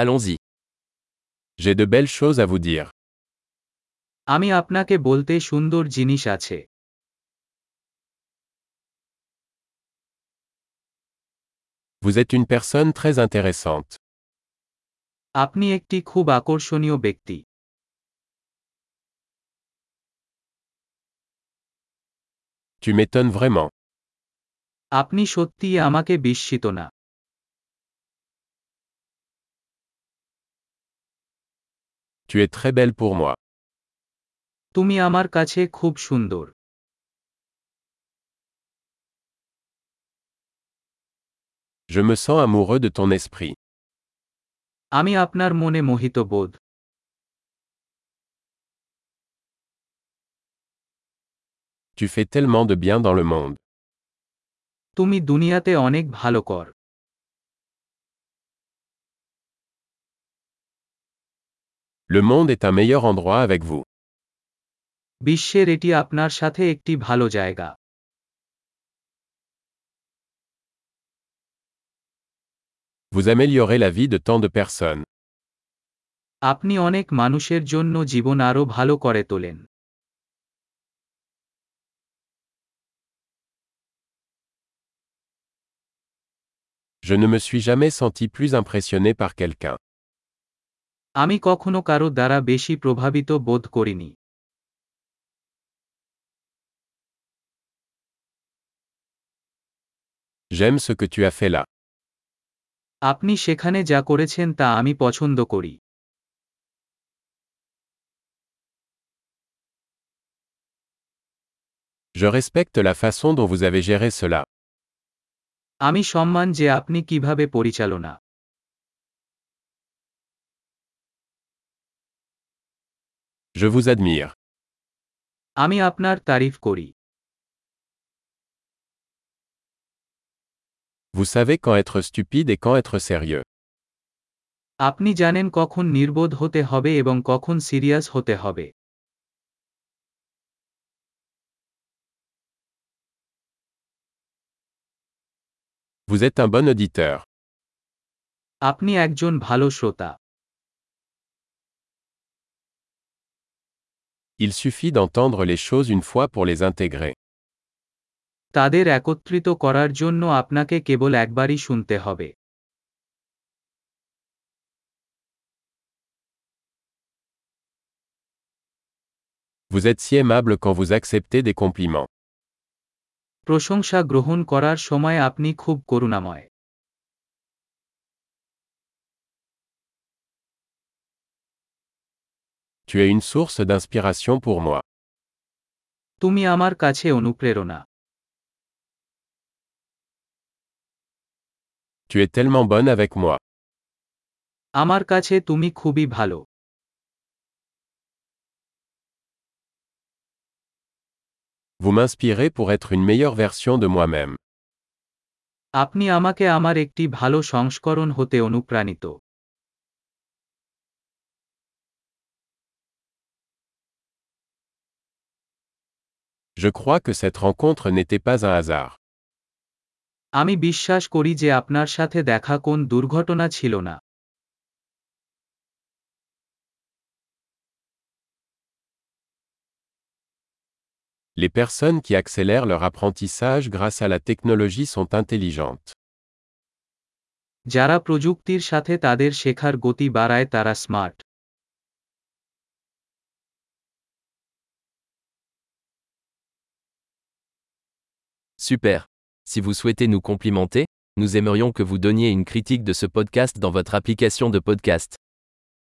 Allons-y. J'ai de belles choses à vous dire. আমি আপনাকে বলতে সুন্দর জিনিস আছে Vous êtes une personne très intéressante. আপনি একটি খুব আকর্ষণীয় ব্যক্তি Tu m'étonnes vraiment. আপনি সত্যিই আমাকে বিস্মিত না Tu es très belle pour moi. তুমি আমার কাছে খুব সুন্দর Je me sens amoureux de ton esprit. আমি আপনার মনে মোহিত বোধ Tu fais tellement de bien dans le monde. তুমি দুনিয়াতে অনেক ভালো কর Le monde est un meilleur endroit avec vous. বিশ্বের এটি আপনার সাথে একটি ভালো জায়গা Vous améliorez la vie de tant de personnes. আপনি অনেক মানুষের জন্য জীবন আরও ভালো করে তোলেন Je ne me suis jamais senti plus impressionné par quelqu'un. আমি কখনো কারো দ্বারা বেশি প্রভাবিত বোধ করিনি J'aime ce que tu as fait là. আপনি সেখানে যা করেছেন তা আমি পছন্দ করি Je respecte la façon dont vous avez géré cela. আমি সম্মান যে আপনি কিভাবে পরিচালনা Je vous admire. আমি আপনার তারিফ করি Vous savez quand être stupide et quand être sérieux. আপনি জানেন কখন নির্বোধ হতে হবে এবং কখন সিরিয়াস হতে হবে Vous êtes un bon auditeur. আপনি একজন ভালো শ্রোতা Il suffit d'entendre les choses une fois pour les intégrer. তাদের একত্রিত করার জন্য আপনাকে কেবল একবারই শুনতে হবে Vous êtes si aimable quand vous acceptez des compliments. প্রশংসা গ্রহণ করার সময় আপনি খুব করুণাময় Tu es une source d'inspiration pour moi. তুমি আমার কাছে অনুপ্রেরণা Tu es tellement bonne avec moi. আমার কাছে তুমি খুবই ভালো Vous m'inspirez pour être une meilleure version de moi-même. আপনি আমাকে আমার একটি ভালো সংস্করণ হতে অনুপ্রাণিত Je crois que cette rencontre n'était pas un hasard. আমি বিশ্বাস করি যে আপনার সাথে দেখা কোন দুর্ঘটনা ছিল না Les personnes qui accélèrent leur apprentissage grâce à la technologie sont intelligentes. যারা প্রযুক্তির সাথে তাদের শেখার গতি বাড়ায় তারা স্মার্ট Super. Si vous souhaitez nous complimenter, nous aimerions que vous donniez une critique de ce podcast dans votre application de podcast.